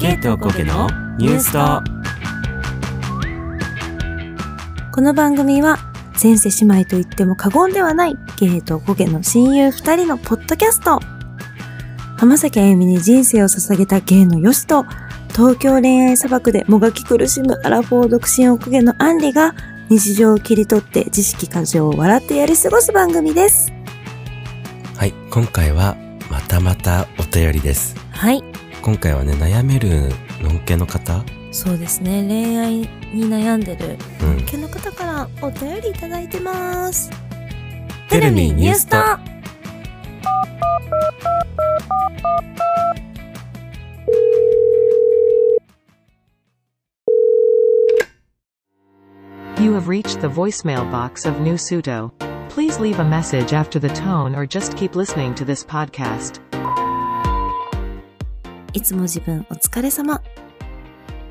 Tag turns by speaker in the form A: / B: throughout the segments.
A: ケイトコケのニュースと
B: この番組は前世姉妹と言っても過言ではないゲイとゴゲの親友二人のポッドキャスト浜崎あゆみに人生を捧げたゲイのヨシと東京恋愛砂漠でもがき苦しむアラフォー独身おこげのアンリが日常を切り取って知識過剰を笑ってやり過ごす番組です
A: はい今回はまたまたお便りです
B: はい
A: 今回はね悩めるのんけの方
B: そうですね恋愛に悩んでる
A: うん
B: 家の方からお便りいただいてます
A: テレビニュースと
C: You have reached the voicemail box of New Suto. Please leave a message after the tone or just keep listening to this podcast.
B: いつも自分お疲れ様。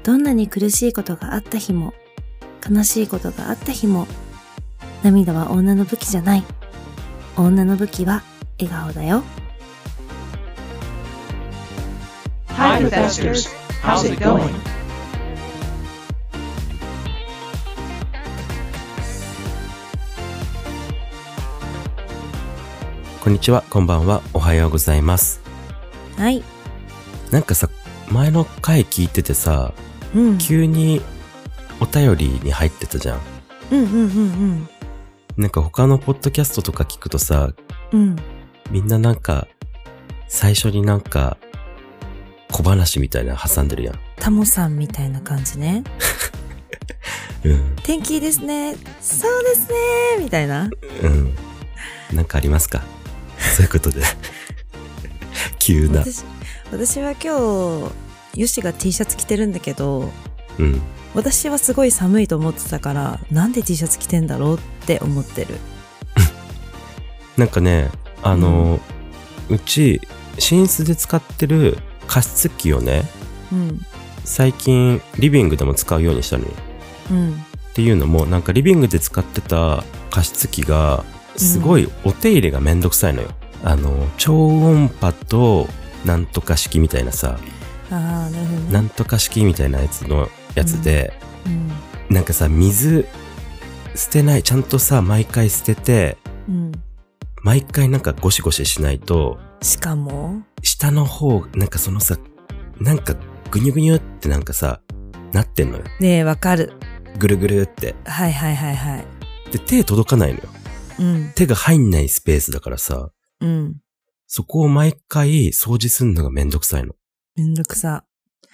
B: どんなに苦しいことがあった日も、悲しいことがあった日も、涙は女の武器じゃない。女の武器は笑顔だよ。
D: Hi, investors. How's it going?
A: こんにちはこんばんはおはようございます
B: はい。
A: なんかさ前の回聞いててさ
B: うん
A: 急にお便りに入ってたじゃん
B: うんうんうん
A: なんか他のポッドキャストとか聞くとさ
B: うん。うん。
A: みんななんか最初になんか小話みたいなの挟んでるやん
B: タモさんみたいな感じね。
A: うん
B: 天気いいですね。そうですね。みたいな。
A: うん。なんかあり ますかそういうことで。 急な。
B: 私、私は今日、ヨシが T シャツ着てるんだけど、
A: うん。
B: 私はすごい寒いと思ってたからなんで T シャツ着てんだろうって思ってる
A: なんかね、あの、うち、寝室で使ってる加湿器をね、
B: うん
A: 最近リビングでも使うようにしたのよ。
B: うん
A: っていうのも、なんかリビングで使ってた加湿器が、すごいお手入れがめんどくさいのよ。あの、超音波と、なんとか式みたいなさ、
B: ああなるほどね
A: なんとか式みたいなやつのやつで、
B: うん
A: なんかさ、水、捨てない、ちゃんとさ、毎回捨てて、
B: うん
A: 毎回なんかゴシゴシしないと、
B: しかも
A: 下の方、なんかそのさ、なんかぐにゅぐにゅってなんかさ、なってんのよ。
B: ねえわかる
A: ぐるぐるって。
B: はいはいはいはい
A: で、手届かないのよ。
B: うん
A: 手が入んないスペースだからさ、
B: うん
A: そこを毎回掃除すんのがめんどくさいの。
B: めんどくさ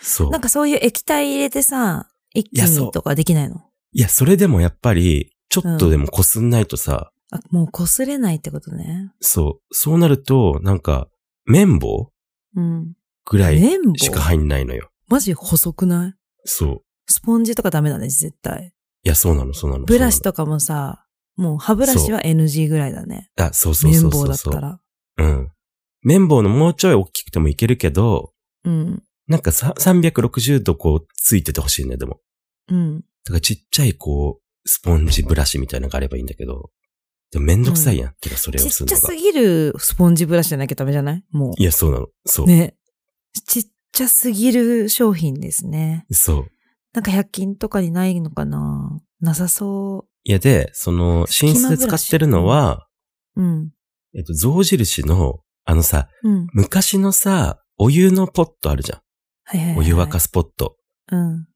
A: そう
B: なん。かそういう液体入れてさ一気
A: いやそう
B: にとかできないの
A: いや、それでもやっぱり、ちょっとでもこすんないとさ、
B: あもう擦れないってことね
A: そう、そうなると、なんか、綿棒
B: うん
A: ぐらい
B: 綿棒
A: しか入んないのよ。
B: マジ細くない
A: そう。
B: スポンジとかダメだね絶対
A: いや、そうなの、そうなの。
B: ブラシとかもさもう歯ブラシは NG ぐらいだね
A: そうなの。あ、そうそうそ
B: 綿
A: うそ
B: 棒
A: う
B: だったら
A: うん。綿棒のもうちょい大きくてもいけるけど、
B: うん
A: なんかさ360度こうついててほしいね、でも。
B: うん
A: だからちっちゃいこう、スポンジブラシみたいなのがあればいいんだけど、でもめんどくさいやん、てかそれを
B: ちっ
A: する
B: ちゃ
A: のが
B: す。ぎるスポンジブラシじゃなきゃダメじゃないも。
A: いや、そうなの。そうう。
B: ね。ちっちゃすぎる商品ですね。
A: そう。
B: なんか100均とかにないのかななさそ
A: いや、で、その、
B: 隙
A: 寝
B: 間
A: 室で使ってるのは、
B: う。うん。
A: えっと、象印の、あのさ、
B: うん。
A: 昔のさ、お湯のポットあるじゃ
B: はいはい、はい。
A: ん。お湯沸か
B: す。
A: すポット。
B: うん。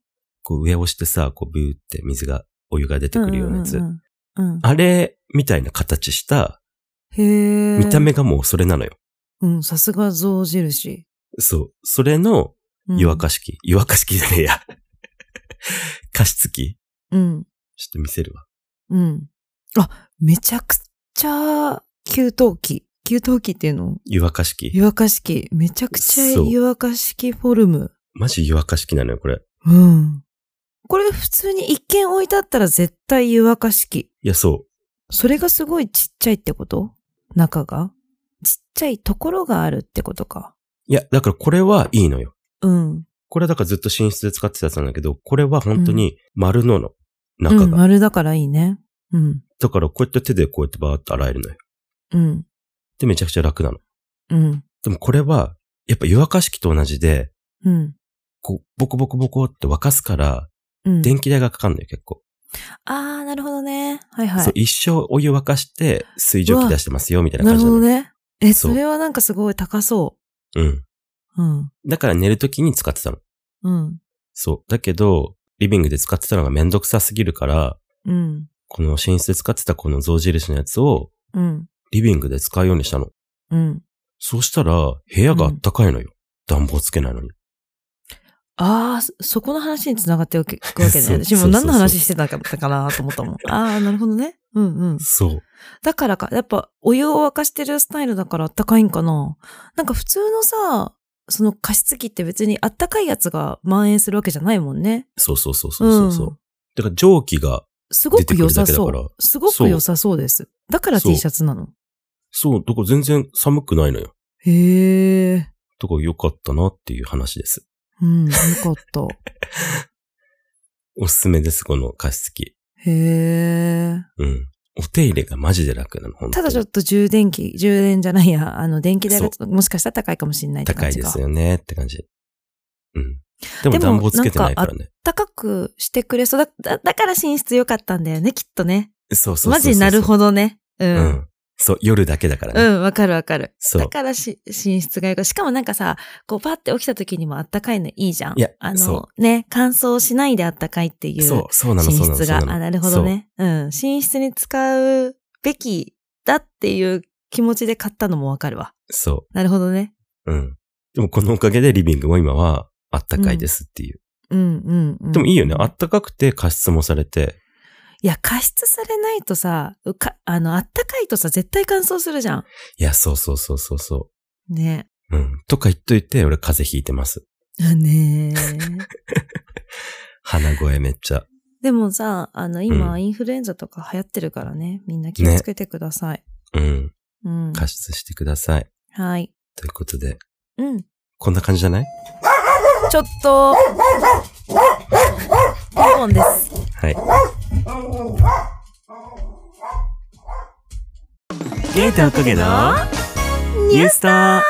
A: こう上押してさ、こうブーって水が、お湯が出てくるようなやつ。
B: んんうんうん。
A: あれみたいな形した、
B: へえ。
A: 見た。目がもうそれなのよ。
B: うん、さすが象印。
A: そう。それの
B: うん
A: 湯沸かし器。湯沸かし器じゃねえや。 加湿器
B: うん。
A: ちょっと見せるわ。
B: うん。あ、めちゃくちゃ給湯器。給湯器っていうの
A: 湯沸かし器。
B: 湯沸かし器。めちゃくちゃ
A: そう
B: 湯沸かし器フォルム。
A: マジ湯沸かし器なのよ、これ。
B: うん。これ普通に一見置いてあったら絶対湯沸かし器。
A: いや、そ
B: それがすごいちっちゃいってこと中がちっちゃいところがあるってことか。
A: う。いや、だからこれはいいのよ。
B: うん。
A: これはだからずっと寝室で使ってたやつなんだけど、これは本当に丸のの、中
B: うん、
A: が。
B: 丸だからいいね。うん。
A: だからこうやって手でこうやってバーって洗えるのよ。
B: うん。
A: で、めちゃくちゃ楽なの。
B: うん。
A: でもこれは、やっぱ湯沸かし器と同じで、
B: うん。
A: こう、ボコボコボコって沸かすから、
B: うん。
A: 電気代がかかんのよ、結構。
B: あー、なるほどね。はいは
A: そう、
B: い。
A: 一生お湯沸かして、水蒸気出してますよ、みたい
B: な
A: な感
B: る
A: じ
B: ほ
A: なの
B: どね。え、
A: そ
B: そうれはなんかすごい高そ
A: うん。
B: う。うん。
A: だから寝るときに使ってたの。
B: うん。
A: そう。だけど、リビングで使ってたのがめんどくさすぎるから、
B: うん。
A: この寝室で使ってたこの象印のやつを、
B: うん。
A: リビングで使うようにしたの。
B: うん。
A: そうしたら、部屋があったかいのよ。暖房つけないのに。
B: ああ、そそこの話につながっていくいくわけ
A: そ
B: ね。
A: う
B: 私
A: そうそ
B: も
A: う
B: 何の話してたか ったかなと思ったもん。ああ、なるほどね。うんうん。
A: そう。
B: だからか、やっぱお湯を沸かしてるスタイルだからあったかいんかな。なんか普通のさ、その加湿器って別にあったかいやつが蔓延するわけじゃないもんね。
A: そうそうそうそうそうそう、
B: うん
A: だから蒸気が、
B: すごく良さそ
A: 出てくるだけだ
B: う。
A: か
B: すごく良さそうです。だから
A: そう
B: T シャツなの。
A: そう、だから全然寒くないのよ。
B: へえ。
A: だから良かったなっていう話です。
B: うん、よかった。
A: おすすめです、この加湿器。
B: へえ。
A: うん。お手入れがマジで楽なの、本当
B: ただ
A: に
B: ちょっと充電器、充電じゃないや、あの、電気代がちょっともしかしたら高いかもしれないって
A: 高
B: 感
A: い
B: じ
A: で
B: か。
A: すよねって感じ。うん。でも
B: でも
A: 暖房つけてないからね。
B: 高くしてくれそうだ、だ、だから寝室良かったんだよね、きっとね。
A: そうそうそうそう。
B: マジなるほどね。う。
A: うんん。そう、夜だけだから
B: う
A: ね。
B: ん、わかるわかる。
A: そう
B: だからし、寝室が良かった。しかもなんかさ、こうパって起きた時にもあったかいのいいじゃん。
A: いや
B: あ
A: そ
B: の、ね、乾燥しないであったかいっていう。
A: そう、そうなの、
B: 寝
A: そうなの。
B: 室が。
A: そうの
B: あ、なるほど。ね。うん。寝室に使うべきだっていう気持ちで買ったのもわかるわ。
A: そう
B: なるほどね。
A: そう。うん。でもこのおかげでリビングも今はあったかいですっていう。
B: うんうん、うん。
A: でもいいよね。あったかくて加湿もされて。
B: いや、加湿されないとさ、うか、あの、あったかいとさ、絶対乾燥するじゃん。
A: いや、そうそうそうそうそ
B: ね。
A: う。うん。とか言っといて、俺風邪ひいてます。
B: ねえ。
A: 鼻声めっちゃ。
B: でもさ、あの、今、
A: うん
B: インフルエンザとか流行ってるからね、みんな気をつけてください。
A: うん。
B: うん。
A: 加湿してください。
B: はい。
A: ということで、
B: うん。
A: こんな感じじゃない
B: ちょっと、リボンです。
A: はい。
E: ゲートトゲのニュースター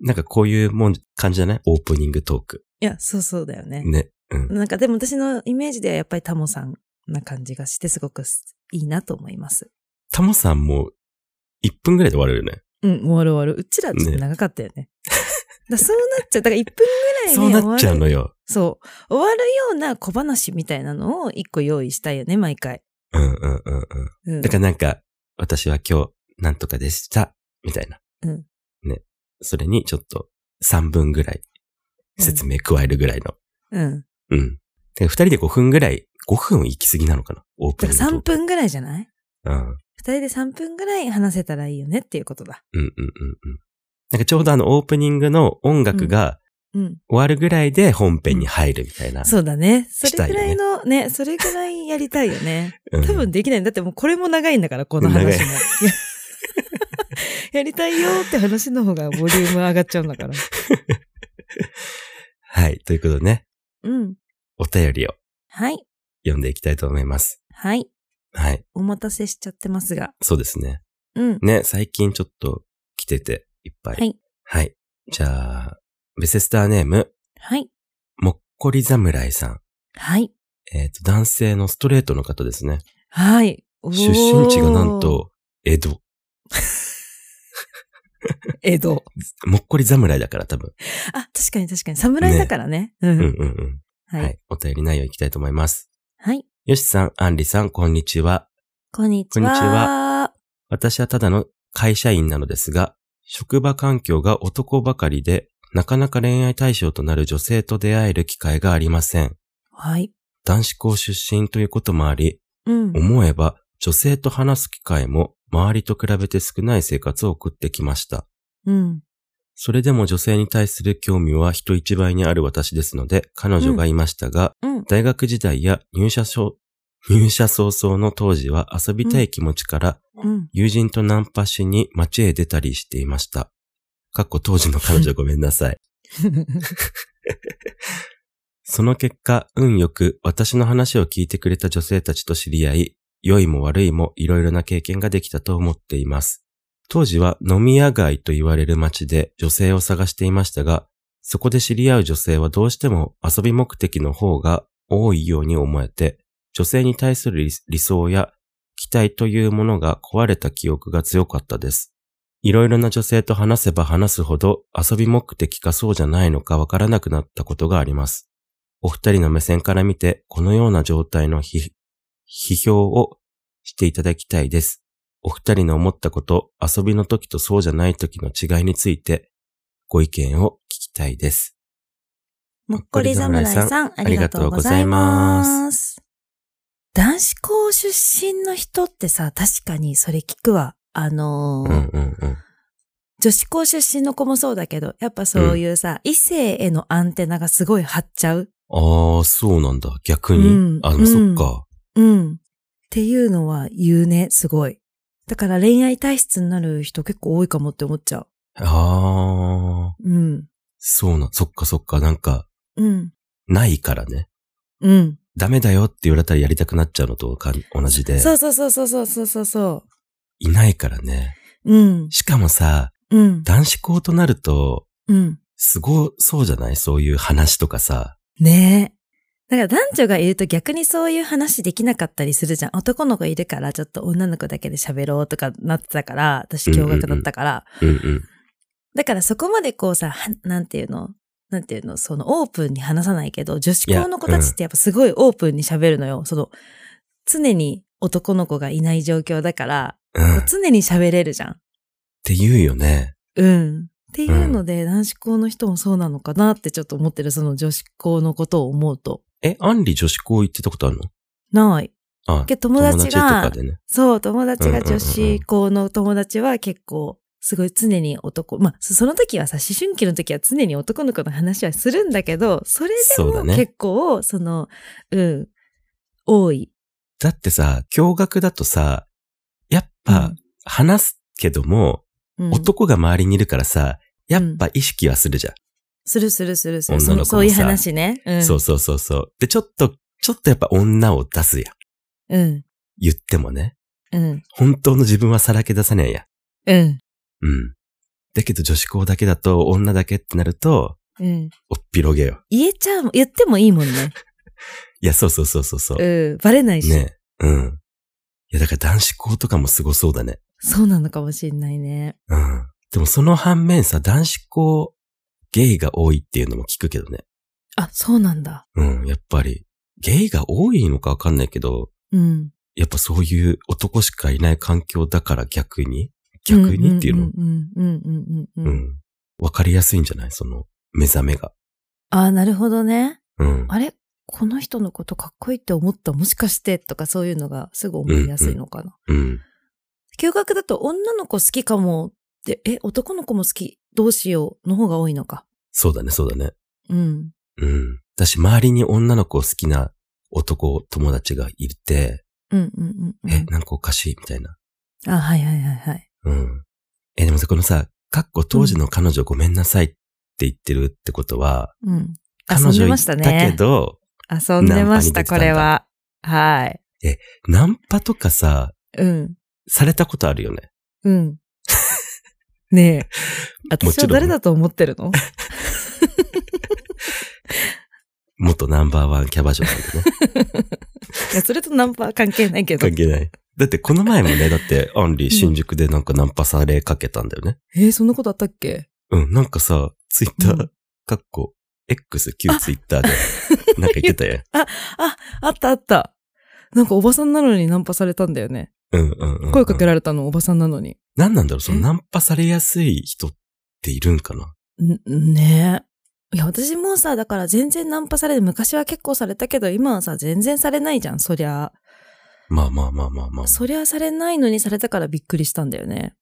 A: なんかこういうもん、感じじゃないオープニングトーク。
B: いや、そうそうだよね。
A: ね。うん。
B: なんかでも私のイメージではやっぱりタモさんな感じがしてすごくすいいなと思います。
A: タモさんも、1分ぐらいで終われるよね。
B: うん、終わる終わる。うちらちょっと長かったよね。だからそうなっちゃう。だから1分ぐらいで
A: そう
B: 終わる。
A: なっちゃうのよ。
B: そう。終わるような小話みたいなのを1個用意したいよね、毎回。
A: うんうんうんうん。
B: うん
A: だ。からなんか、私は今日、なんとかでした。みたいな。
B: うん
A: ね。それにちょっと、3分ぐらい、説明加えるぐらいの。
B: うん。
A: うん。で、2人で5分ぐらい、5分行き過ぎなのかなオープ
B: だ
A: ニ
B: か
A: ング
B: ら3
A: トーク。
B: 分ぐらいじゃない
A: うん。
B: ?2 人で3分ぐらい話せたらいいよねっていうことだ。
A: うんうんうんうん。なんかちょうどあのオープニングの音楽が
B: うん。
A: 終わるぐらいで本編に入るみたいな。
B: そうだね。そ
A: した
B: れ
A: いよ
B: ぐ
A: ね
B: らいのね、それぐらいやりたいよね。
A: うん
B: 多分できない。だってもうこれも長いんだから、この話も。
A: 長い
B: いや やりたいよって話の方がボリューム上がっちゃうんだから。
A: はい。ということでね、
B: うん。
A: お便りを
B: はい。
A: 読んでいきたいと思います。
B: はい。
A: はい。
B: お待たせしちゃってますが。
A: そうですね。
B: うん。
A: ね、最近ちょっと来てて、いっぱい。
B: はい。
A: はい。じゃあ、ベセスターネーム、
B: はい。
A: もっこり侍さん。
B: はい。
A: えっ、と、男性のストレートの方ですね。
B: はい。
A: 出身地がなん。と、江戸。
B: 江戸。
A: もっこり侍だから多分。
B: あ、確かに確かに。侍だからね。う
A: うんう
B: ん。
A: んうん。
B: は。
A: はいい。お便り内容いきたいと思います。
B: はい。
A: よしさん、あんりさん、こんにちは。
B: こんにちは。
A: こんにちは私はただの会社員なのですが、職場環境が男ばかりで、なかなか恋愛対象となる女性と出会える機会がありません。
B: はい。
A: 男子校出身ということもあり、
B: うん。
A: 思えば女性と話す機会も周りと比べて少ない生活を送ってきました。
B: うん。
A: それでも女性に対する興味は人一倍にある私ですので、彼女がいましたが、
B: うん。
A: 大学時代や入社早 入社早々の当時は遊びたい気持ちから
B: うん。
A: 友人とナンパしに街へ出たりしていました。 かっこ当時の彼女ごめんなさい。その結果、運よく私の話を聞いてくれた女性たちと知り合い、良いも悪いもいろいろな経験ができたと思っています。当時は飲み屋街と言われる街で女性を探していましたが、そこで知り合う女性はどうしても遊び目的の方が多いように思えて、女性に対する理理想や期待というものが壊れた記憶が強かったです。いろいろな女性と話せば話すほど遊び目的かそうじゃないのかわからなくなったことがあります。お二人の目線から見て、このような状態の批批評をしていただきたいです。お二人の思ったこと、遊びの時とそうじゃない時の違いについて、ご意見を聞きたいです。
B: もっこり侍さん、ありがとうございます。男子校出身の人ってさ、確かにそれ聞くわ。あの
A: う
B: ー
A: んうんうん。
B: 女子校出身の子もそうだけど、やっぱそういうさ、異性へのアンテナがすごい張っちゃう。
A: ああ、そうなんだ。逆に。
B: うん
A: あ、で
B: う
A: も
B: ん
A: そっか。
B: うん。っていうのは言うね、すごい。だから恋愛体質になる人結構多いかもって思っちゃう。
A: ああ、
B: うん。
A: そうなん、そっかそっか。なんか、
B: うん。
A: ないからね。
B: うん。
A: ダメだよって言われたらやりたくなっちゃうのとか同じで。
B: そうそうそうそうそうそうそうそ
A: いないからね。
B: う。うん。
A: しかもさ、
B: うん。
A: 男子校となると、
B: うん。
A: すごそうじゃないそういう話とかさ。
B: ねえ。だから男女がいると逆にそういう話できなかったりするじゃん。男の子いるからちょっと女の子だけで喋ろうとかなってたから、私驚愕だったから。
A: うんうん。
B: だからそこまでこうさ、はなんていうのなんていうのそのオープンに話さないけど、女子校の子たちってやっぱすごいオープンに喋るのよ。その、常に男の子がいない状況だから、
A: うん。
B: こう
A: っ
B: 常に喋れるじゃん。
A: て言うよね。
B: うん。っていうので、男子校の人もそうなのかなってちょっと思ってる、その女子校のことを思うと。
A: え、アンリ女子校行ってたことあるの
B: ない。
A: あ、
B: けど友
A: 友
B: 達
A: 達と
B: が
A: か、でね。
B: そう、友達が
A: うんうんうんうん
B: 女子校の友達は結構、すごい常に男、まあ、そその時はさ、思春期の時は常に男の子の話はするんだけど、それで
A: そうだ
B: も
A: ね
B: 結構、その、うん、多い。
A: だってさ、驚愕だとさ、やっぱ
B: うん
A: 話すけども、
B: うん、
A: 男が周りにいるからさ、やっぱ意識はするじゃん。
B: するするするする。
A: 女の子もさ
B: そそういう話ね。うん。
A: そうそうそうそう。で、ちょっと、ちょっとやっぱ女を出すやん。
B: うん。
A: 言ってもね。
B: うん。
A: 本当の自分はさらけ出さねえや。
B: うん。
A: うん。だけど女子校だけだと、女だけってなると、
B: うん。
A: おっぴろげよ。
B: 言えちゃうもん、言ってもいいもんね。
A: いや、そうそうそうそうそう。
B: うん。バレないし。
A: ねうん。いや、だから男子校とかもすごそうだね。
B: そうなのかもしんないね。
A: うん。でもその反面さ、男子校、ゲイが多いっていうのも聞くけどね。
B: あ、そうなんだ。
A: うん、やっぱり。ゲイが多いのかわかんないけど、
B: うん。
A: やっぱそういう男しかいない環境だから逆に逆にっていうの
B: んうんうんうんうんうん
A: う
B: うん。
A: ん。わかりやすいんじゃないその、目覚めが。
B: ああ、なるほどね。
A: うん。
B: あれこの人のことかっこいいって思ったもしかしてとかそういうのがすぐ思いやすいのかな。
A: うん。
B: 休学だと女の子好きかもって、え、男の子も好きどうしようの方が多いのか。
A: そうだね、そうだね。
B: うん。
A: うん。だし、周りに女の子を好きな男、友達がいて、
B: うんうんうんうん。
A: え、なんかおかしいみたいな。
B: あ、はいはいはいはい。
A: うん。え、でもさ、このさ、かっこ当時の彼女ごめんなさいって言ってるってことは、
B: うん。
A: 彼
B: 遊んで
A: 女
B: ま
A: だ
B: した
A: け
B: ね。
A: ど、
B: 遊んでました、
A: ナンパに出てたんだ
B: これは。はい。
A: ナンパとかさ、
B: うん。
A: されたことあるよね。
B: うん。 ねえ。
A: も
B: 私
A: ちろ
B: は
A: ん
B: 誰だと思ってるの
A: 元ナンバーワンキャバ嬢なんで ね。
B: いや、それとナンパは関係ないけど
A: 関。係ない。だってこの前もね、だって、アンリー新宿でなんかナンパされかけたんだよね。
B: えー、そんなことあったっけ
A: うん、なんかさ、ツイッタ
B: う
A: ー、かっこ、X、旧ツイッターで、なんか言っ てたよ。
B: あ、あったあった。なんかおばさんなのにナンパされたんだよね。
A: うんうんうんうん。
B: 声かけられたのおばさんなのに。
A: 何なんだろうその
B: え
A: ナンパされやすい人っているんかなん
B: ねえ。いや、私もさ、だから全然ナンパされて、昔は結構されたけど、今はさ、全然されないじゃん、そりゃ。
A: まあまあまあまあまあ。
B: そりゃされないのにされたからびっくりしたんだよね。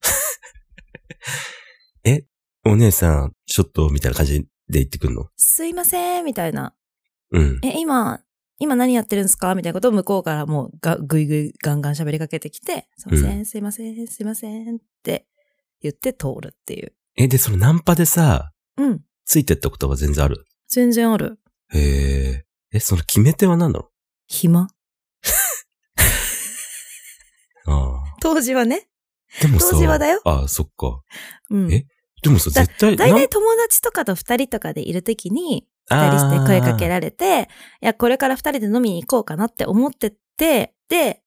A: お姉さん、ちょっと、みたいな感じで言ってくんの
B: すいません、みたいな。
A: うん。
B: え、今、今何やってるんですかみたいなことを向こうからもうが、ぐいぐいガンガン喋りかけてきて、すいません、すいません、すいませんって言って通るっていう。
A: え、で、そのナンパでさ、
B: うん。
A: ついてったことが全然ある。
B: 全然ある。
A: へえ。え、その決め手は何なの
B: 暇
A: ああ。
B: 当時はね。
A: でもさ、
B: 当時はだよ
A: ああ、そっか。
B: うん。
A: えでもさ、
B: だ
A: 絶 対、
B: 大
A: なん
B: 体友達とかと二人とかでいるときに、二人
A: あ
B: して
A: ー
B: 声かけられて、いや、これから二人で飲みに行こうかなって思ってて、で、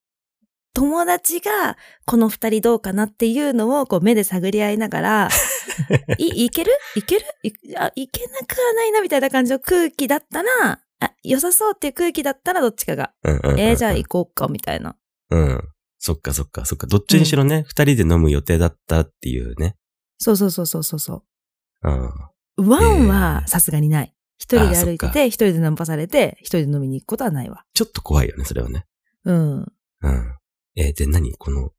B: 友達がこの二人どうかなっていうのをこう目で探り合いなが ら、い、いけるいけるいあいけなくはないなみたいな感じの空気だったら、あ、良さそうっていう空気だったらどっちかが、
A: うんうんうん
B: えー、じゃあ行こうかみたいな。
A: うん。そっかそっかそっか。どっちにしろね、二、人で飲む予定だったっていうね。
B: そうそうそうそうそうそう。
A: うん。
B: ワン
A: え
B: は
A: ー
B: さすがにない。一人で歩い
A: あそってか
B: て、一人でナンパされて、一人で飲みに行くことはないわ。
A: ちょっと怖いよね、それはね。
B: うん。
A: うん。えーで、何この、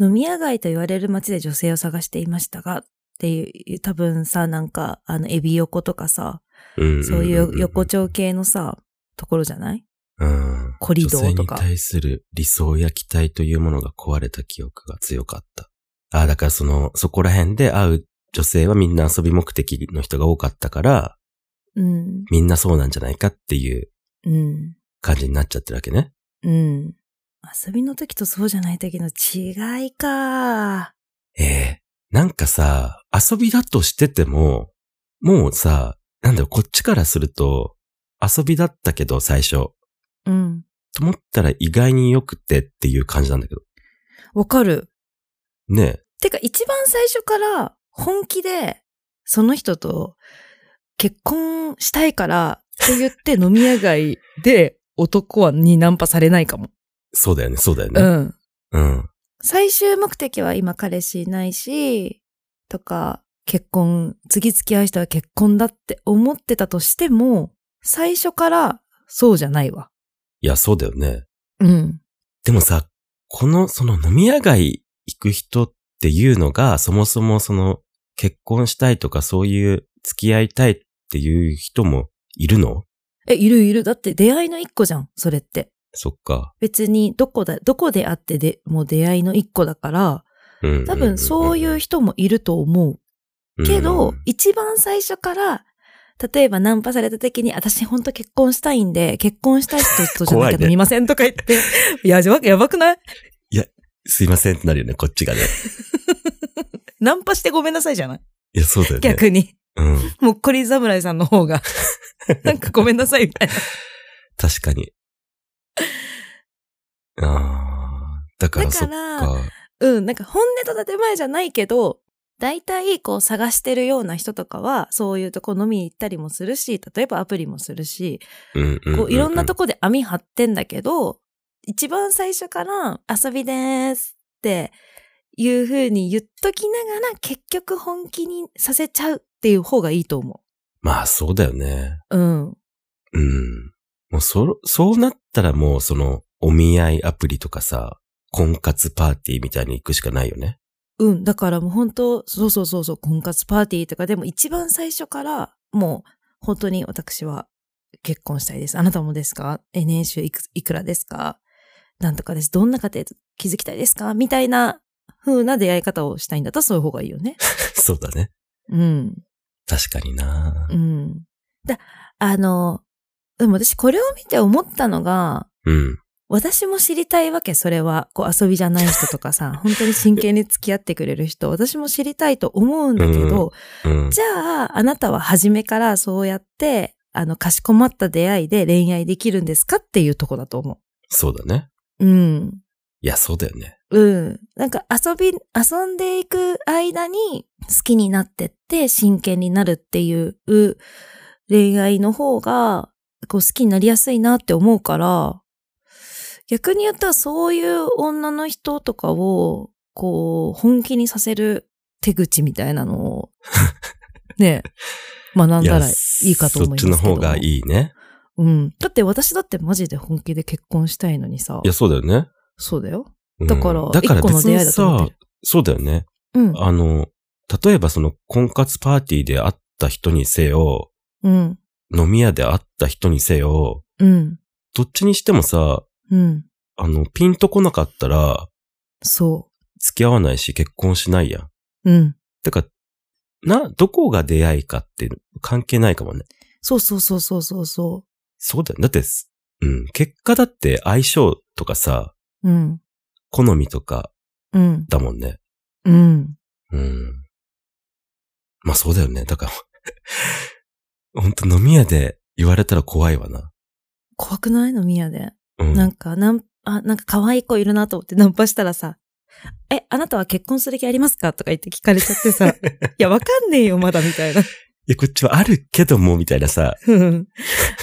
B: 飲み屋街と言われる街で女性を探していましたが、っていう、多分さ、なんか、あの、エビ横とかさ、
A: うんんんんん
B: そういう横丁系のさ、ところじゃない
A: うん。
B: コリドーとか
A: 女性に対する理想や期待というものが壊れた記憶が強かった。ああ、だからその、そこら辺で会う女性はみんな遊び目的の人が多かったから、
B: うん。
A: みんなそうなんじゃないかっていう
B: うん。
A: 感じになっちゃってるわけね。
B: うん。遊びの時とそうじゃない時の違いか。
A: ええなんかさ、遊びだとしてても、もうさ、なんだろう、こっちからすると、遊びだったけど最初、
B: うん。
A: と思ったら意外に良くてっていう感じなんだけど。
B: わかる。
A: ねえ。
B: てか、一番最初から本気で、その人と結婚したいからって言って飲み屋街で男はにナンパされないかも。
A: そうだよね、そうだよ
B: う
A: ね。
B: ん。
A: うん。
B: 最終目的は今彼氏いないし、とか、結婚、次付き合う人は結婚だって思ってたとしても、最初からそうじゃないわ。
A: いや、そうだよね。
B: うん。
A: でもさ、この、その飲み屋街行く人っていうのが、そもそもその、結婚したいとかそういう付き合いたいっていう人もいるの
B: え、いるいる。だって出会いの一個じゃん、それって。
A: そっか。
B: 別にどこだ、どこであってで、もう出会いの一個だから、
A: うんうんうんうん
B: 多分そういう人もいると思う。けど、一番最初から、例えばナンパされた時に、私ほんと結婚したいんで、結婚したい人とじゃな
A: 怖
B: き
A: い
B: ゃ
A: ね
B: 飲みませんとか言って、いや、やばやばくない
A: すいませんってなるよね、こっち がね。
B: ナンパしてごめんなさいじゃない
A: いや、そうだよね。
B: 逆に。
A: うん。
B: もっこり侍さんの方 が。なんかごめんなさいみたいな。
A: 確かに。あー。だから
B: だか
A: そっ
B: ら
A: か。
B: うん、なんか本音と建前じゃないけど、大体こう探してるような人とかは、そういうとこ飲みに行ったりもするし、例えばアプリもするし、
A: うんうんうん
B: こういろんなと
A: こ。
B: こで網張ってんだけど、一番最初から遊びですっていう風に言っときながら、結局本気にさせちゃうっていう方がいいと思
A: まあ、そうだよね。
B: う。うん。
A: うん。もうそ、そうなったらもうその、お見合いアプリとかさ、婚活パーティーみたいに行くしかないよね。
B: うん。だからもう本当、そうそうそうそう、婚活パーティーとかでも一番最初から、もう本当に私は結婚したいです。あなたもですかえ、年収いくいくらですかなんとかです。どんな家庭築きたいですかみたいな風な出会い方をしたいんだったらそういう方がいいよね。
A: そうだね。
B: うん。
A: 確かにな
B: うん。だ、あの、でも私これを見て思ったのが、
A: うん。
B: 私も知りたいわけ、それは。こう遊びじゃない人とかさ、本当に真剣に付き合ってくれる人、私も知りたいと思うんだけど、
A: うん。
B: じゃあ、あなたは初めからそうやって、あの、かしこまった出会いで恋愛できるんですかっていうとこだと思
A: そうだね。
B: う。うん。
A: いや、そうだよね。
B: うん。なんか遊び、遊んでいく間に好きになってって真剣になるっていう恋愛の方が、こう好きになりやすいなって思うから、逆に言ったらそういう女の人とかを、こう、本気にさせる手口みたいなの を、ね、学ん
A: いや
B: だらいいかと思いますけど。
A: そっちの方がい
B: い。
A: いね。
B: うん。だって私だってマジで本気で結婚したいのにさ
A: い、や、そうだよね。
B: そうだよ。
A: うん
B: だから
A: だから
B: 一個の
A: 別に
B: 出会いだと思っ
A: さ
B: て、
A: そうだよね。
B: うん。
A: あの、例えばその婚活パーティーで会った人にせよ、
B: うん。
A: 飲み屋で会った人にせよ、
B: うん。
A: どっちにしてもさ、
B: うん。
A: あの、ピンとこなかったら、
B: そ
A: 付き合わないし結婚しないやん。
B: う。うん。
A: てか、な、どこが出会いかって関係ないかもね。
B: そうそうそうそうそうそ
A: そうだよ。だってす、うん、結果だって相性とかさ、
B: う。うん。
A: 好みとか
B: うん。
A: だもんね。
B: うん。
A: うん。まあそうだよね。だから、 ほんと飲み屋で言われたら怖いわな。
B: 怖くないのミヤで。
A: うん。
B: なんか、なん、あ、なんか可愛い子いるなと思ってナンパしたらさ、え、あなたは結婚する気ありますかとか言って聞かれちゃって さ、いや、わかんねえよ、まだ、みたいな。
A: いや、こっちはあるけども、みたいなさ。
B: うん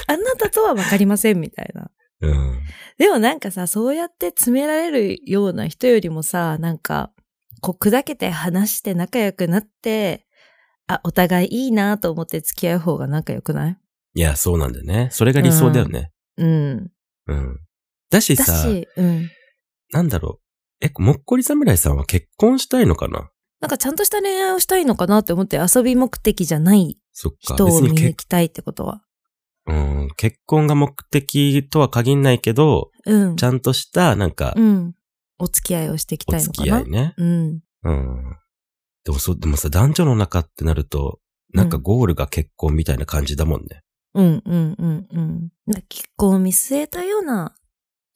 B: あなたとはわかりません、みたいな。
A: うん。
B: でもなんかさ、そうやって詰められるような人よりもさ、なんか、こう砕けて話して仲良くなって、あ、お互いいいなと思って付き合う方が仲良くない
A: いや、そうなんだよね。それが理想だよね。
B: うん。
A: うん。だし
B: だ
A: さ、
B: し、うん。
A: なんだろう。え、もっこり侍さんは結婚したいのかな
B: なんかちゃんとした恋愛をしたいのかなって思って遊び目的じゃない
A: そっか。
B: 人を
A: 別
B: 見
A: に
B: 抜
A: 結
B: きたいってことは。
A: うん、結婚が目的とは限んないけど、
B: うん
A: ち。ゃんとした、なんか
B: う、ん。お付き合いをしていき
A: お
B: たいの
A: 付
B: か
A: き
B: な。
A: 合いね。
B: うん。
A: うん。でもそう、でもさ、男女の中ってなると、なんか
B: うん
A: ゴールが結婚みたいな感じだもんね。
B: うんうんうんうん。なんか結婚を見据えたような、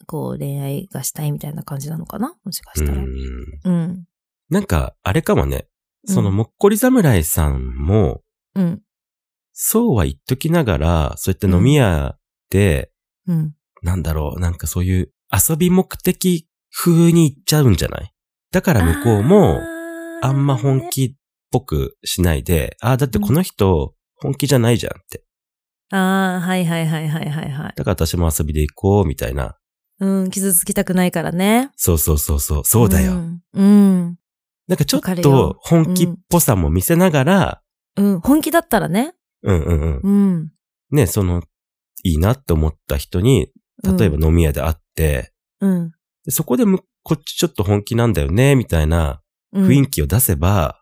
B: こう恋愛がしたいみたいな感じなのかなもしか
A: う
B: したら。
A: ん。
B: うん。
A: なんか、あれかもね。その、
B: うん
A: もっこり侍さんも、
B: うん。
A: そうは言っときながら、そうやって飲み屋で、
B: うん。
A: なんだろう、なんかそういう遊び目的風に行っちゃうんじゃないだから向こうも、
B: あー
A: あんま本。気っぽくしないで、ああ、だってこの人、本気じゃないじゃんって。
B: ああ、はいはいはいはいはいはい。
A: だから私も遊びで行こう、みたいな。
B: うん、傷つきたくないからね。
A: そうそうそうそう、そうだよ。
B: ん。うん。
A: なんかちょっ
B: わかる
A: と
B: よ
A: 本気っぽさも見せながら、
B: うん。本気だったらね。
A: うんうんうん。
B: うん。
A: ね、その、いいなって思った人
B: う
A: に、
B: ん
A: 例えば飲み屋で会って、
B: うん。
A: でそこでむ、こっちちょっと本気なんだよね、みたいな
B: うん
A: 雰囲気を出せば、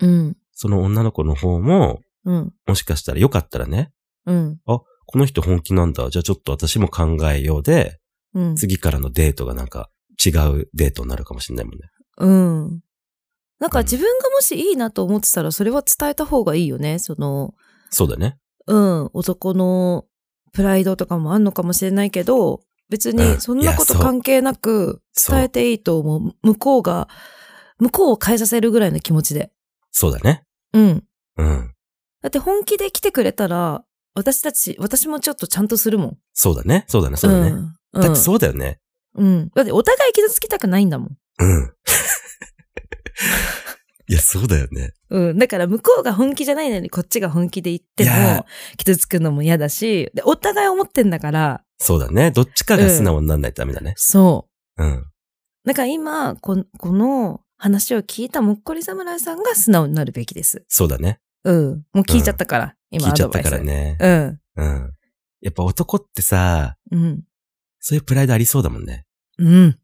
B: うん。
A: その女の子の方も、
B: うん。
A: もしかしたらよかったらね、
B: うん。
A: この人本気なんだ、じゃあちょっと私も考えようで、
B: うん。
A: 次からのデートがなんか違うデートになるかもしれないもんね。
B: うん。なんか自分がもしいいなと思ってたら、それは伝えた方がいいよね。その、
A: そうだね。
B: うん、男のプライドとかもあんのかもしれないけど、別
A: うん
B: にそんなこと
A: いやそう
B: 関係なく
A: そう
B: 伝えていいと思う。向こうが、向こうを変えさせるぐらいの気持ちで。
A: そうだね。
B: うん。
A: うん。
B: だって本気で来てくれたら、私たち、私もちょっとちゃんとするもん。
A: そうだね。そうだね。そうだね。
B: ん。
A: だってそうだよね。
B: うん。うん。だってお互い傷つきたくないんだもん。
A: うん。 いや、そうだよね。
B: うん。だから向こうが本気じゃないのにこっちが本気で言って
A: いや
B: も、傷つくのも嫌だし、で、お互い思ってんだから、
A: そうだね。どっちかが素直にならないとダメだね。
B: そう。
A: うん。
B: だから今、こんこの話を聞いたもっこり侍さんが素直になるべきです。
A: そうだね。
B: うん。もう聞いちゃったから、今ア
A: 聞いちゃ
B: ド
A: っ
B: バ
A: た
B: イス。
A: からね。
B: うん。
A: うん。やっぱ男ってさ、
B: うん。
A: そういうプライドありそうだもんね。
B: うん。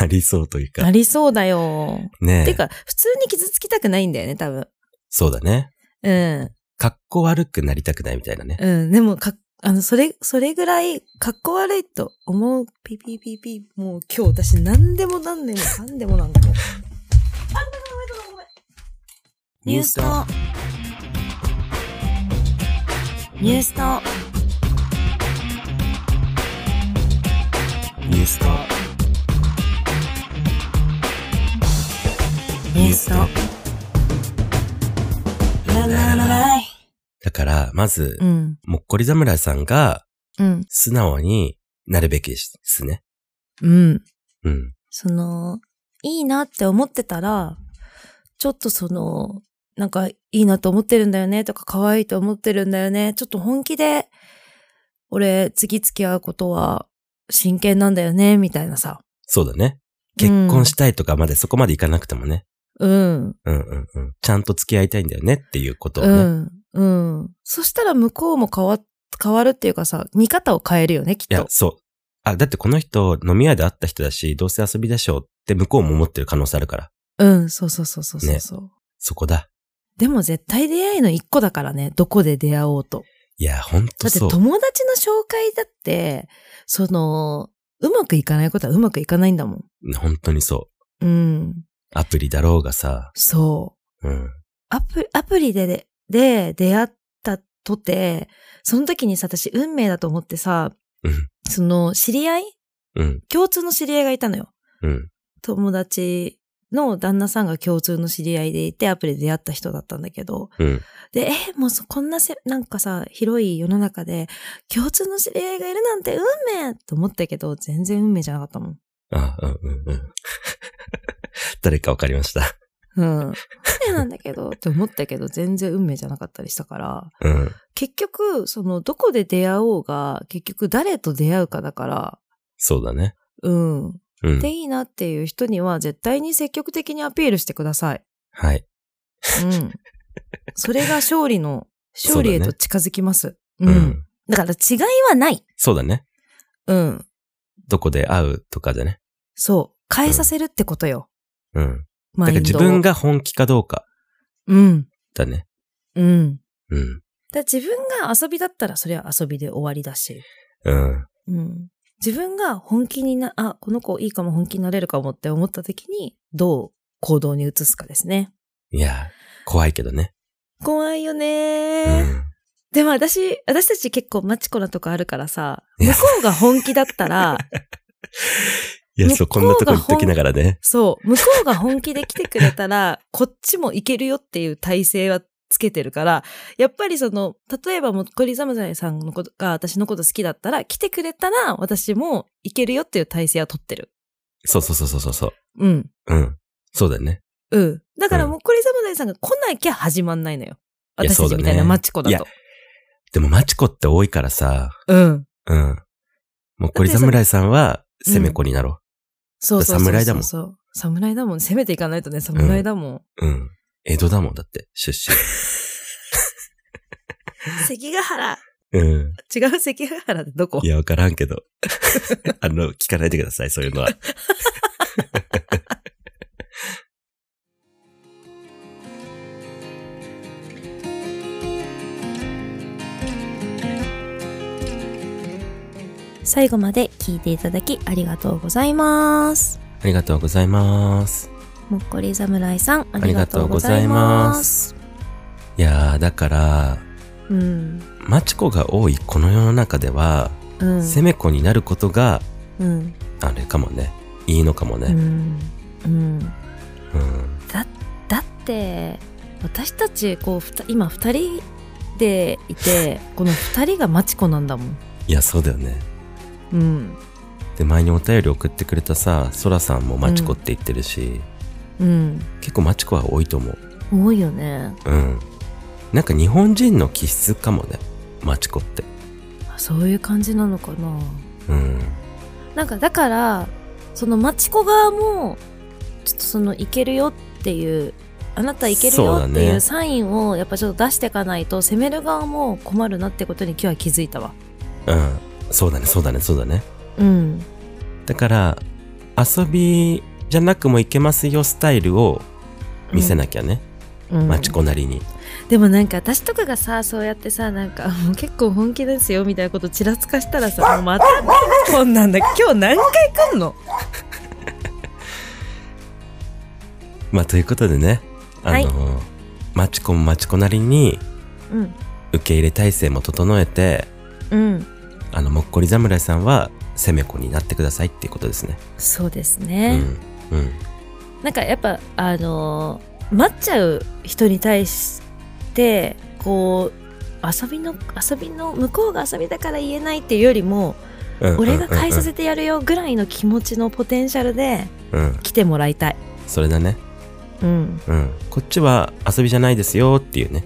A: ありそうという
B: あ
A: か。
B: りそうだよ。
A: ねえ
B: てか、普通に傷つきたくないんだよね、多分。
A: そうだね。
B: うん。
A: 格好悪くなりたくないみたいなね。
B: うん。でも、か、あの、それ、それぐらい、格好悪いと思う、ピピピピ、もう今日私何でも何でもかんでもなんでも。あ、ごめんごめんごめんごめん。ニュースと、ニュースと、
A: ニュースと、
B: ニュースと、ラララライ。
A: だから、まず、
B: うん。
A: もっこり侍さんが
B: うん。
A: 素直になるべきですね。
B: うん。
A: うん。
B: その、いいなって思ってたら、ちょっとその、なんかいいなと思ってるんだよねとか可愛いと思ってるんだよね。ちょっと本気で、俺、次付き合うことは真剣なんだよね、みたいなさ。
A: そうだね。結婚したいとかまでそこまでいかなくてもね。
B: うん。
A: うんうんうん。ちゃんと付き合いたいんだよねっていうことを
B: う
A: ね。
B: ん。うん。そしたら向こうも変わ、変わるっていうかさ、見方を変えるよね、きっ
A: いや
B: と、。
A: そう。あ、だってこの人飲み屋で会った人だし、どうせ遊びでしょうって向こうも思ってる可能性あるから。
B: うん、そうそうそうそうそうそう。
A: そこだ。
B: でも絶対出会いの一個だからね、どこで出会おうと。
A: いや、ほん
B: だ
A: と
B: って
A: そう。
B: 友達の紹介だって、その、うまくいかないことはうまくいかないんだもん。
A: 本当にそう。
B: うん。
A: アプリだろうがさ。
B: そう。
A: うん。
B: アプアプリでで、で出会ったとて、その時にさ、私運命だと思ってさ
A: うん、
B: その、知り合い
A: うん。
B: 共通の知り合いがいたのよ。
A: うん。
B: 友達の旦那さんが共通の知り合いでいて、アプリで出会った人だったんだけど、
A: うん。
B: で、え、もうそこんなせ、なんかさ、広い世の中で、共通の知り合いがいるなんて運命と思ったけど、全然運命じゃなかったもん。
A: あ、うん、うん、うん。 誰かわかりました。
B: うん。運命なんだけど、って思ったけど、全然運命じゃなかったりしたから、
A: うん。
B: 結局、その、どこで出会おうが、結局誰と出会うかだから、
A: そうだね。
B: うん。
A: うん
B: で。いいなっていう人には、絶対に積極的にアピールしてください。
A: はい。
B: うん。それが勝利の、勝利へ
A: そうだ
B: と
A: ね
B: 近づきます。う。
A: うんん。
B: だから違いはない。
A: そうだね。
B: うん。
A: どこで会うとかでね。
B: そう。変えさせるってことよ。
A: うん。だ
B: マ
A: か
B: イン
A: ら
B: ドを
A: 自分。が本気かどうか
B: うん。
A: だね。
B: うん。
A: うん。
B: だから自分が遊びだったら、それは遊びで終わりだし。
A: うん。
B: うん。自分が本気にな、あ、この子いいかも本気になれるかもって思った時に、どう行動に移すかですね。
A: いや、怖いけどね。
B: 怖いよね
A: う
B: ー。
A: ん。
B: でも私、私たち結構マチコなとこあるからさ、
A: い
B: 向
A: や
B: こうが本気だったら、
A: いや、
B: ね
A: そう、こんなとこ
B: 向
A: 言
B: こ
A: っ
B: うが
A: ときながらね。
B: そう、向こうが本気で来てくれたら、 こっちもいけるよっていう体制はつけてるから、やっぱりその、例えばもっこり侍さんのことが私のこと好きだったら、来てくれたら私もいけるよっていう体制は取ってる。
A: そうそうそうそうそう。
B: うん。
A: うん。そうだね。
B: うん。だから
A: うん
B: もっこり侍さんが来なきゃ始まんないのよ。
A: いや
B: 私たちみたい
A: そうだ
B: な
A: ね
B: マチコだ
A: いや
B: と。
A: でも、マチコって多いからさ、
B: うん。
A: うん。もっこり侍さんは、攻め子になろ
B: そうそうそうそう。
A: 侍だもん
B: そう。侍だもん。攻めていかないとね、侍だもん。
A: う。うん。江戸だもんだって、出
B: 関ヶ原。
A: 身。うん。
B: 違う関ヶ原ってどこ
A: いや、わからんけど。 あの、聞かないでください、そういうのは。
B: 最後まで聞いていただきありがとうございます。
A: ありがとうございます。
B: もっこり侍さん、あり
A: り
B: が
A: が
B: と
A: と
B: う
A: う
B: ご
A: ご
B: ざ
A: ざ
B: い
A: い
B: ま。
A: ますいやー、だから、
B: うん。
A: マチコが多いこの世の中では、
B: うん。
A: 攻め子になることが、
B: うん。
A: あれかもね。いいのかも
B: う
A: ね。
B: ん。うん。
A: うん。
B: だって、私たち、こう、ふた今二人でい て、この二人がマチコなんだもん。
A: いや、そうだよね。
B: うん。
A: で、前にお便り送ってくれたさ、ソラさんもマチコって言ってるし、
B: うん。
A: 結構マチコは多いと思う。
B: 多いよね。
A: うん。なんか日本人の気質かもね。マチコって。
B: あそういう感じなのかな。
A: うん。
B: なんかだからその町子側もちょっとそのいけるよっていうあなたいける
A: そう
B: よ
A: だ
B: っ
A: ね
B: ていうサインをやっぱちょっと出していかないと攻める側も困るなってことに今日は気づいたわ
A: うん。そうだね、そうだね、そうだね。
B: うん
A: だから、遊びじゃなくもいけますよスタイルを見せなきゃね。
B: うん
A: マチコなりに。
B: でもなんか私とかがさそうやってさなんかもう結構本気ですよみたいなことちらつかしたらさもうまたこんなんだ今日何回来んの
A: まあ、ということでね。あのー、マチコもマチコなりに
B: うん
A: 受け入れ体制も整えて、
B: うん
A: あの、もっこり侍さんは攻め子になってくださいっていうことですね。
B: そうです
A: う
B: ね、
A: ん。うん。
B: なんかやっぱあのー待っちゃう人に対してこう遊びの遊びの向こうが遊びだから言えないっていうよりも
A: うんうん
B: 俺が返させてやるよぐらいの気持ちのポテンシャルで
A: うんうん。うん
B: 来てもらいたい
A: それだね。
B: うん
A: うん。こっちは遊びじゃないですよっていうね。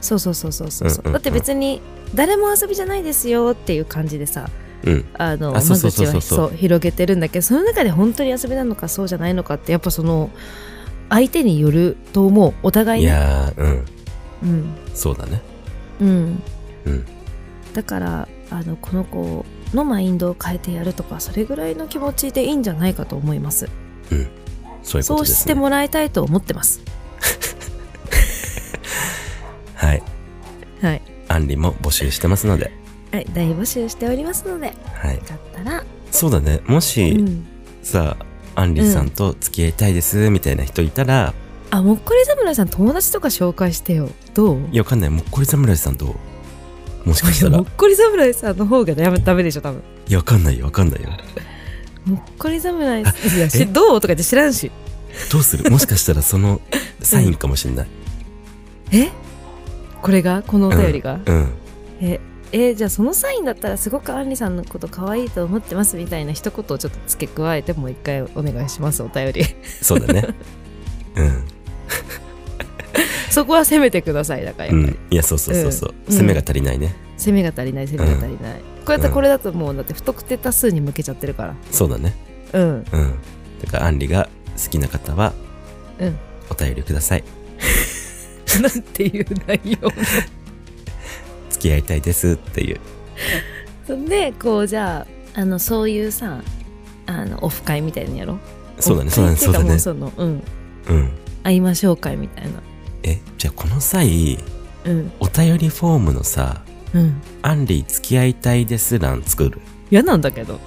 B: そうそうそうそうそう,、う
A: うんうんうん
B: だって別に誰も遊びじゃないですよっていう感じでさ
A: うん。
B: あの
A: あそう
B: 間
A: そうそ
B: 口
A: うそ
B: は
A: う
B: そう広げてるんだけどその中で本当に遊びなのかそうじゃないのかってやっぱその相手によると思うお互い
A: い
B: に、
A: やー、うん。
B: うん、
A: そうだね。
B: うん、
A: うん
B: だからあのこの子のマインドを変えてやるとかそれぐらいの気持ちでいいんじゃないかと思います
A: そういうこ
B: そ
A: と
B: う
A: です、ね。
B: してもらいたいと思ってます
A: はい。
B: はい、
A: アンリも募集してますので。
B: はい、大募集しておりますのでよ
A: はい。
B: かったら、
A: そうだね。もし、
B: うん、
A: さ、アンリさんと付き合いたいです、みたいな人いたら、
B: あもっこり侍さん友達とか紹介してよどう
A: いや、わかんない。もっこり侍さんと、もしかした
B: いや
A: ら、
B: も
A: い
B: っこり侍さんの方がダメダメでしょ多 分
A: や、わかんないよ、わかんないよ。
B: もっこり侍さんいやしどうとか言って知らんし
A: どうするもしかしたらそのサインかもしんない。
B: えこれがこのお便りが、
A: うん。
B: ええじゃあそのサインだったらすごくアンリさんのこと可愛いと思ってますみたいな一言をちょっと付け加えてもう一回お願いしますお便り
A: そうだね。 うん。
B: そこは攻めてくださいだから
A: う
B: やっぱり、
A: ん。いや、そうそうそうそう。
B: うん
A: 攻めが足りないね。
B: 攻めが足りない攻めが足りない、こうやったらこれだともうだって不特定多数に向けちゃってるから
A: そうだね。
B: うん
A: うん。だから、アンリが好きな方は、
B: うん
A: お便りください。
B: なんていう内容
A: 付き合いたいですっていう。
B: そんでこうじゃああのそういうさあのオフ会みたいなのやろ
A: そうだね、
B: オ
A: そ
B: フ
A: うだ
B: 会
A: ね、
B: って
A: そ
B: いううかも
A: だね
B: う。そのうん
A: うん。
B: 会いましょう会みたいな
A: え、じゃあこの際、
B: うん
A: お便りフォームのさ、
B: うん
A: アンリ付き合いたいです欄作る。
B: 嫌なんだけど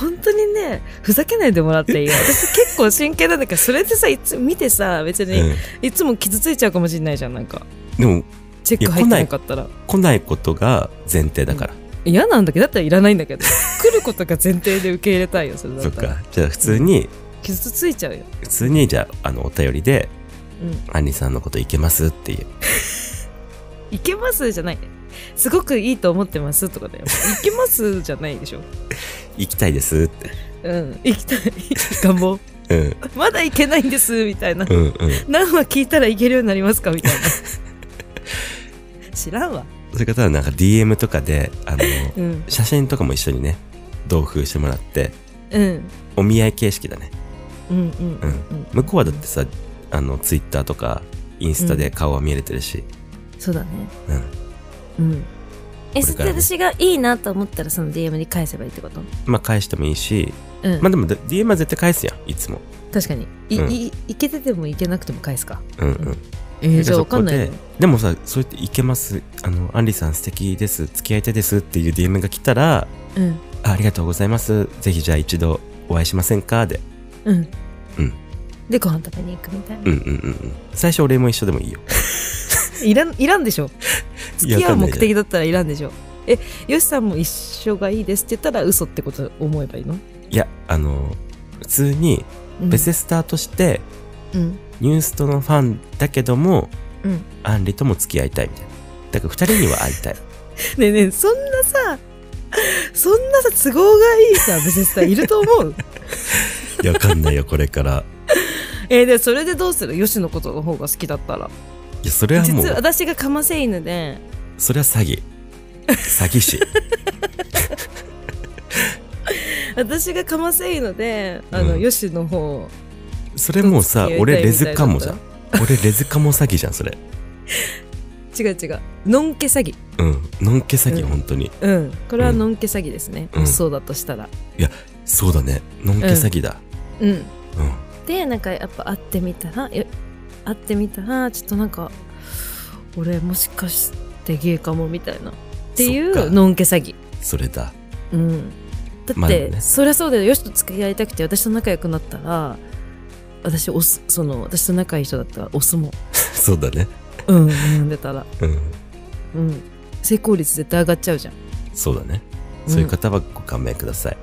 B: 本当にねふざけないでもらっていいよ私結構真剣なんだからそれでさいつ見てさ別に、
A: う
B: いつも傷ついちゃうかもしれないじゃんなんか
A: ん。でも、
B: チェック入ってなかったら
A: 来ないことが前提だから。
B: 嫌なんだけどだったらいらないんだ けど来ることが前提で受け入れたいよそれだ
A: そ
B: っ
A: った
B: ら
A: か。じゃあ普通に、
B: 傷ついちゃうよ
A: 普通に、じゃあ、あの、お便りで、
B: う
A: アンリさんのこといけますっていう。
B: いけますじゃないすごくいいと思ってますとか だよいけますじゃないでしょ
A: 行きたいですって。
B: うん行きたい願望
A: うん。
B: まだ行けないんですみたいな
A: うんうん。
B: 何話聞いたらいけるようになりますかみたいな知らんわ
A: そういう方はなんか DM とかで、あの、
B: うん
A: 写真とかも一緒にね、同封してもらって、
B: うん
A: お見合い形式だね。
B: うんうん
A: うん向こうはだってさ、あの、ツイッターとか、インスタで顔は見れてるし。
B: そうだね
A: う
B: う
A: ん。
B: んえ
A: こ
B: そ
A: れ
B: っ
A: か
B: て
A: らね
B: 私がいいなと思ったらその DM に返せばいいってこと
A: まあ返してもいいし、
B: うん、
A: まあでも DM は絶対返すやん、いつも。
B: 確かにい,、
A: うん
B: いいけててもいけなくても返すか
A: うんうん。
B: えー、じゃあ
A: そ
B: わか
A: こ
B: んない
A: で
B: よ、
A: でもさ、そうやっていけます、あの、アンリさん素敵です、付き合いたいですっていう DM が来たら、
B: うん
A: あありがとうございます、ぜひじゃあ一度お会いしませんかで。
B: うん
A: うん
B: でご飯食べに行くみたいな、
A: うんうんうんうん。最初お礼も一緒でもいいよ。
B: いらんいらんでしょ
A: い
B: 付
A: や
B: き合う目
A: わかんない
B: 的だったらいらんでしょえよしさんも一緒がいいですって言ったら嘘ってこと思えばいいの、
A: いや、あの、普通に
B: うん、
A: ベセスターとして、
B: うん
A: ニューストのファンだけども、
B: うん
A: アンリとも付き合いたいみたいな。だから二人には会い たい。
B: ねえねえそんなさそんなさ都合がいいさベセスタいると 思う
A: いや、わかんないよ、これから。
B: えでそれでどうするよしのことの方が好きだったら
A: いや、それはも
B: 実は
A: う、
B: 私がかませ犬で
A: それは詐 欺。詐欺師。
B: 私がかませ犬であの、
A: うん
B: よしの方
A: それもうさ
B: 付き合いたいみたいだった
A: 俺レズカモじゃん俺レズカモ詐欺じゃんそれ
B: 違う違うのんけ詐欺
A: うんのんけ詐欺、
B: うん
A: 本当に
B: うんこれは
A: うん
B: のんけ詐欺ですね、
A: うん
B: そうだとしたら
A: そうだねのんけ詐欺だ
B: うん
A: うん、
B: でなんかやっぱ会ってみたらえ会ってみたらちょっとなんか俺もしかしてゲイかもみたいなってい
A: そっか
B: うのんけ詐欺
A: それだ
B: うんだって、
A: まあでもね
B: そりゃそうだよよしと付き合いたくて私と仲良くなったら私おすその私と仲いい人だったら押すもん
A: そうだね
B: うん飲んでたら
A: うん
B: うん成功率絶対上がっちゃうじゃん
A: そうだね
B: うん
A: そういう方はご勘弁ください、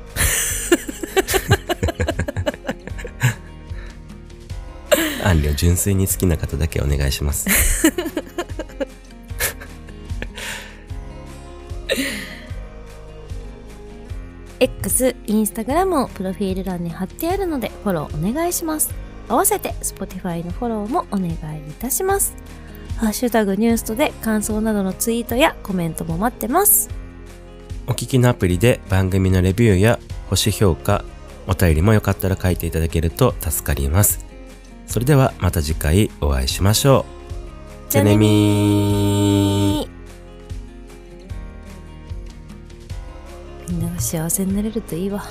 A: アンリを純粋に好きな方だけお願いします
F: X、インスタグラムをプロフィール欄に貼ってあるのでフォローお願いします。合わせて Spotify のフォローもお願いいたします。ハッシュタグニュースとで感想などのツイートやコメントも待ってます。
A: お聞きのアプリで番組のレビューや星評価お便りもよかったら書いていただけると助かりますそれではまた次回お会いしましょうじゃあねみー
F: みんなが幸せになれるといいわ。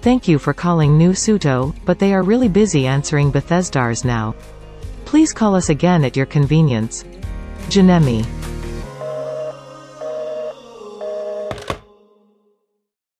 C: Thank you for calling New Suto, but they are really busy answering Bethesdars now. Please call us again at your convenience. Janemi.